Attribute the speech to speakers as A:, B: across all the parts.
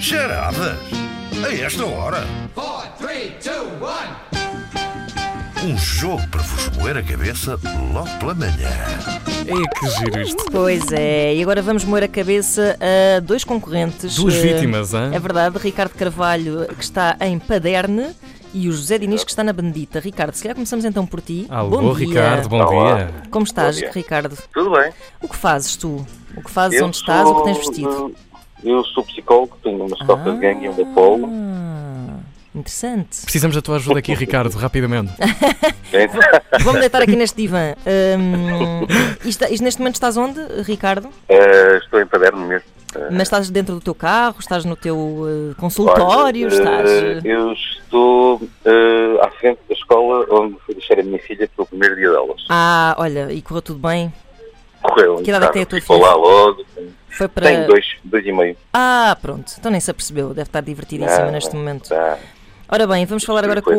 A: Charadas? A esta hora?
B: Four, three, two, one.
A: Um jogo para vos moer a cabeça logo pela manhã.
C: É que giro isto.
D: Pois é, e agora vamos moer a cabeça a dois concorrentes.
C: Duas
D: Eh,
C: vítimas, hã?
D: É verdade, Ricardo Carvalho, que está em Paderne, e o José Diniz, que está na Bendita. Ricardo, se calhar começamos então por ti.
C: Alô,
D: bom dia.
C: Ricardo, bom
E: Olá.
C: dia.
D: Como estás,
E: Bom dia.
D: Ricardo?
E: Tudo bem.
D: O que fazes tu? O que fazes,
E: Eu
D: onde estás, o que tens
E: sou-
D: vestido?
E: Eu sou psicólogo, tenho uma stoffa de gangue e um uma polo.
D: Ah, Interessante.
C: Precisamos da tua ajuda aqui, Ricardo, rapidamente.
E: Então,
D: Vamos deitar aqui neste divã. Hum, e está- e neste momento estás onde, Ricardo?
E: eh, estou em paderno mesmo.
D: Mas estás dentro do teu carro? Estás no teu eh, consultório?
E: Olha,
D: Estás.
E: eh,
D: eh,
E: eu estou eh, à frente da escola onde fui deixar a minha filha pelo primeiro dia delas.
D: Ah, olha, e correu tudo bem?
E: Correu.
D: Que idade é que tem a tua
E: Ficou
D: filha?
E: lá logo.
D: Foi para.
E: Tenho dois, dois e meio.
D: Ah, pronto, então nem se apercebeu, deve estar divertidíssima
E: Ah,
D: neste momento.
E: Tá.
D: Ora bem, vamos falar agora com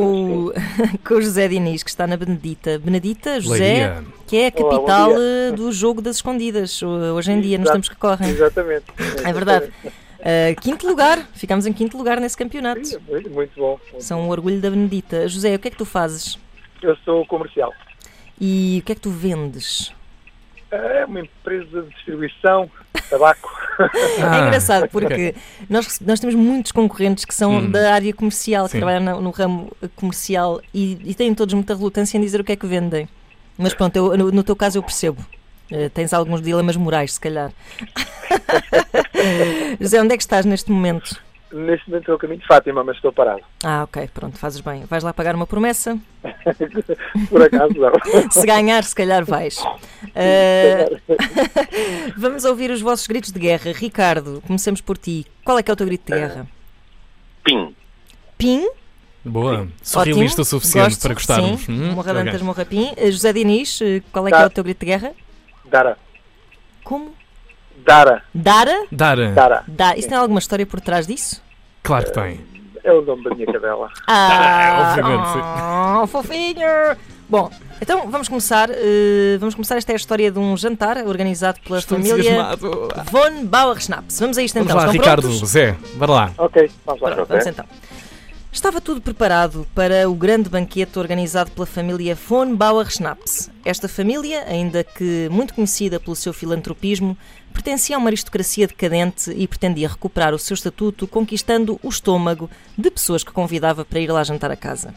D: o, com o José Diniz, que está na Benedita. Benedita, José,
C: Leiria.
D: que é a
F: Olá, bom
D: capital
F: dia.
D: eh, do jogo das escondidas, ho- hoje em dia, nos
F: Exato.
D: tempos que correm.
F: Exatamente.
D: É verdade. Eh, quinto lugar, ficamos em quinto lugar nesse campeonato.
F: é Muito, muito bom.
D: São o orgulho da Benedita. José, o que é que tu fazes?
F: Eu sou comercial.
D: E o que é que tu vendes?
F: É uma empresa de distribuição de tabaco.
D: É
C: Ah,
D: engraçado porque nós, nós temos muitos concorrentes que são da área comercial, que
C: Uhum. Sim.
D: trabalham na- no, ramo eh, comercial e, e têm todos muita relutância em dizer o que é que vendem. Mas pronto, eu- no, no teu caso eu percebo. Eh, tens alguns dilemas morais, se calhar. José, onde é que estás neste momento?
F: Neste momento estou a caminho de Fátima, mas estou parado.
D: Ah, ok, pronto, fazes bem. Vais lá pagar uma promessa?
F: Por acaso não.
D: Se ganhar, se calhar vais. Eh, vamos ouvir os vossos gritos de guerra. Ricardo, comecemos por ti. Qual é que é o teu grito de guerra?
E: Pim.
D: Pim?
C: Boa. Surrealista o
D: Ótimo.
C: suficiente
D: Gosto,
C: para gostarmos.
D: Sim.
C: Hum,
D: Morra Dantas,
C: ok.
D: morra Pim. Eh, José Diniz, eh, qual é que
F: Tá.
D: é o teu grito de guerra?
F: Dara.
D: Como?
F: Dara.
D: Dara?
C: Dara,
F: Dara.
D: Dá. Isso tem alguma história por trás disso?
C: claro que tem.
F: É o nome da minha cadela.
D: Ah,
C: é, obviamente, sim.
D: ah, fofinho! Bom, então vamos começar. eh, vamos começar. Esta é a história de um jantar organizado pela
C: Estou
D: família
C: entusiasmado.
D: Von Bauer Schnaps. Vamos a isto
C: Vamos
D: então.
C: lá,
D: Estão
C: Ricardo,
D: prontos?
C: Zé, vai lá.
F: Ok, vamos lá.
D: Pronto, vamos então. Estava tudo preparado para o grande banquete organizado pela família von Bauer Schnaps. Esta família, ainda que muito conhecida pelo seu filantropismo, pertencia a uma aristocracia decadente e pretendia recuperar o seu estatuto conquistando o estômago de pessoas que convidava para ir lá jantar a casa.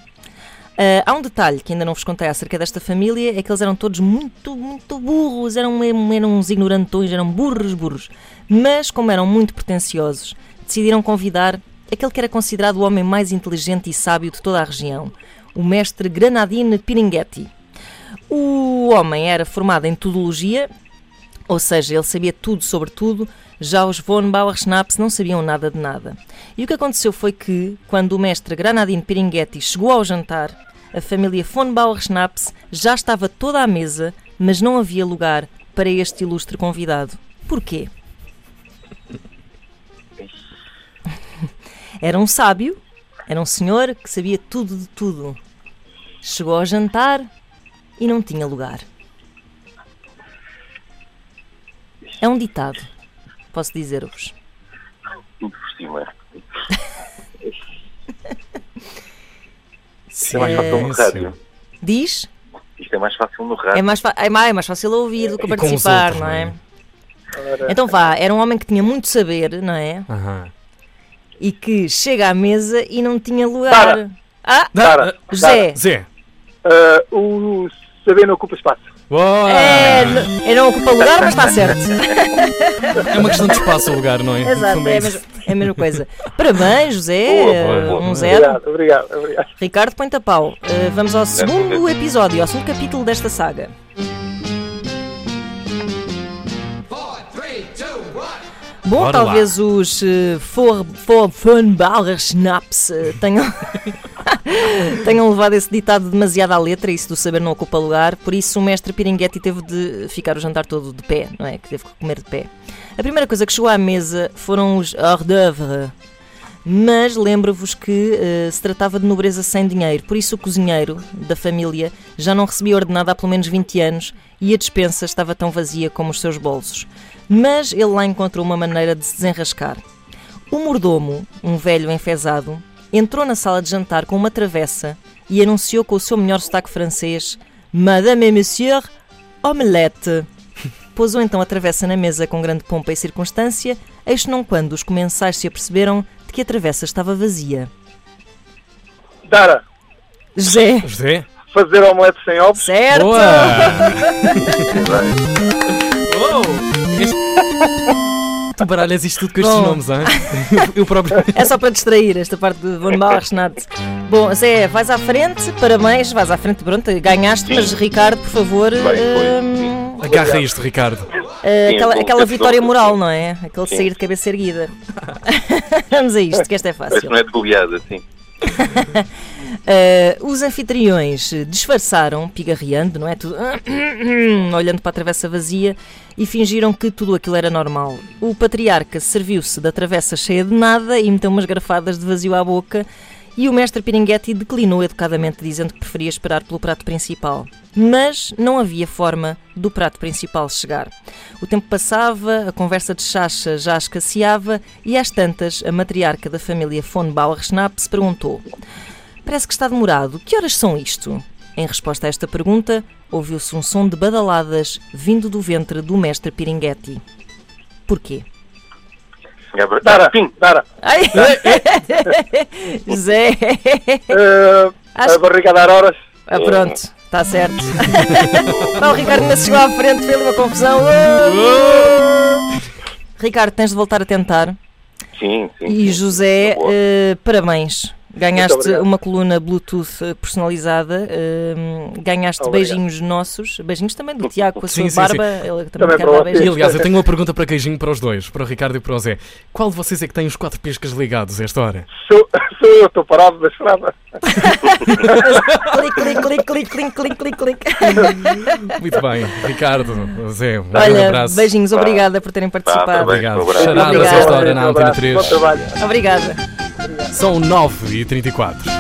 D: Ah, há um detalhe que ainda não vos contei acerca desta família, é que eles eram todos muito, muito burros, eram, mesmo- eram uns ignorantões, eram burros, burros. Mas, como eram muito pretenciosos, decidiram convidar aquele que era considerado o homem mais inteligente e sábio de toda a região, o mestre Granadine Piringuetti. O homem era formado em tudologia, ou seja, ele sabia tudo sobre tudo, já os von Bauer-Schnaps não sabiam nada de nada. E o que aconteceu foi que, quando o mestre Granadino Piringuetti chegou ao jantar, a família von Bauer-Schnaps já estava toda à mesa, mas não havia lugar para este ilustre convidado. Porquê? Era um sábio, era um senhor que sabia tudo de tudo. Chegou ao jantar e não tinha lugar. É um ditado, posso dizer-vos.
E: Tudo por cima.
C: Sim, É
E: mais fácil no rádio.
D: Diz?
E: Isto é mais fácil no
D: É
E: rádio.
D: mais, fa- é mais, é mais fácil ouvir do que
C: E com os
D: participar,
C: outros,
D: não
C: não
D: é?
C: é?
D: Então vá, era um homem que tinha muito saber, não é?
C: Aham.
D: E que chega à mesa e não tinha lugar. Ah,
F: Dara.
D: José!
C: eh, Zé.
F: Ah, o saber não ocupa espaço.
C: Boa!
D: É, n- eu não ocupa lugar, mas está certo.
C: É uma questão de espaço ou lugar, não é?
D: Exato,
C: Também
D: é a,
C: isso.
D: mesma, é a mesma coisa. Parabéns, José.
C: Boa, boa, boa.
D: Um zero.
F: Obrigado, obrigado, obrigado.
D: Ricardo Põe-te a Pau. Uh, vamos
C: É.
D: ao segundo episódio, ao segundo capítulo desta saga.
B: Four, three, two, one.
D: Bom,
C: Bora lá.
D: talvez os eh, for, for, Fornballer Schnaps eh, tenham, tenham levado esse ditado demasiado à letra, isso do saber não ocupa lugar, por isso o mestre Piringuetti teve de ficar o jantar todo de pé, não é? Que teve que comer de pé. A primeira coisa que chegou à mesa foram os hors d'oeuvre, mas lembro-vos que eh, se tratava de nobreza sem dinheiro, por isso o cozinheiro da família já não recebia ordenada há pelo menos 20 anos e a despensa estava tão vazia como os seus bolsos. Mas ele lá encontrou uma maneira de se desenrascar. O mordomo, um velho enfesado, entrou na sala de jantar com uma travessa e anunciou com o seu melhor sotaque francês: Madame et Monsieur, omelette. Pousou então a travessa na mesa com grande pompa e circunstância, eis não quando os comensais se aperceberam de que a travessa estava vazia.
F: Dara,
D: Jé,
C: José?
F: fazer omelete sem ovos?
D: certo?
C: Boa! Uou! Este- Tu baralhas isto tudo com estes
D: Bom.
C: nomes, hein? Eu próprio.
D: É só para distrair esta parte de Von Bauerschnatt. Bom, Zé, vais à frente, parabéns, vais à frente, pronto, ganhaste, mas Ricardo, por favor,
E: foi,
D: hum,
C: Agarra isto, Ricardo.
D: eh,
E: Sim,
D: aquela,
E: bom,
D: aquela
E: temos
D: vitória
E: um-
D: moral, não é? Aquele
E: Sim.
D: sair de cabeça erguida. Vamos a isto, que esta é
E: Parece
D: fácil.
E: que não é de goleada, sim.
D: Eh, os anfitriões disfarçaram, pigarreando, não é? Tudo, olhando para a travessa vazia e fingiram que tudo aquilo era normal. O patriarca serviu-se da travessa cheia de nada e meteu umas garfadas de vazio à boca. E o mestre Piringuetti declinou educadamente, dizendo que preferia esperar pelo prato principal. Mas não havia forma do prato principal chegar. O tempo passava, a conversa de chacha já escasseava e às tantas a matriarca da família von Bauer-Schnapp se perguntou Parece que está demorado. Que horas são isto? Em resposta a esta pergunta, ouviu-se um som de badaladas vindo do ventre do mestre Piringuetti. Porquê?
E: Gabra-
F: Dara,
E: Ah, Pim,
F: Dara,
D: Ai! Zé!
F: eh,
D: É. Acho-
F: a barriga a dar horas.
D: Ah, pronto, está certo. Não, o Ricardo ainda chegou à frente, fez uma confusão. Ricardo, tens de voltar a tentar.
E: Sim, sim.
D: E
E: sim.
D: José,
E: Tá boa.
D: eh, parabéns.
F: Muito
D: Ganhaste
F: obrigado.
D: uma coluna Bluetooth eh, personalizada, eh, ganhaste
F: Obrigado.
D: beijinhos nossos, beijinhos também do Tiago com a
C: Sim,
D: sua
C: sim,
D: barba. Ele também,
F: Também
D: quer
F: para
D: dar
F: você.
C: E
D: beijinhos.
C: aliás, eu tenho uma pergunta para queijinho para os dois, para o Ricardo e para o Zé. Qual de vocês é que tem os quatro piscas ligados a esta hora?
F: Sou, sou eu, estou parado da estrada.
D: Clic, clic, clic, clic, clic, clic, clic, clic.
C: Muito bem, Ricardo, Zé, um grande
D: Olha,
C: abraço.
D: beijinhos, obrigada por terem participado.
E: parabéns.
C: Obrigado.
E: Um abraço.
C: Charadas a esta hora na
F: Um
C: Antena
F: abraço, Bom
C: 3.
F: trabalho.
D: obrigada.
C: São 9h34.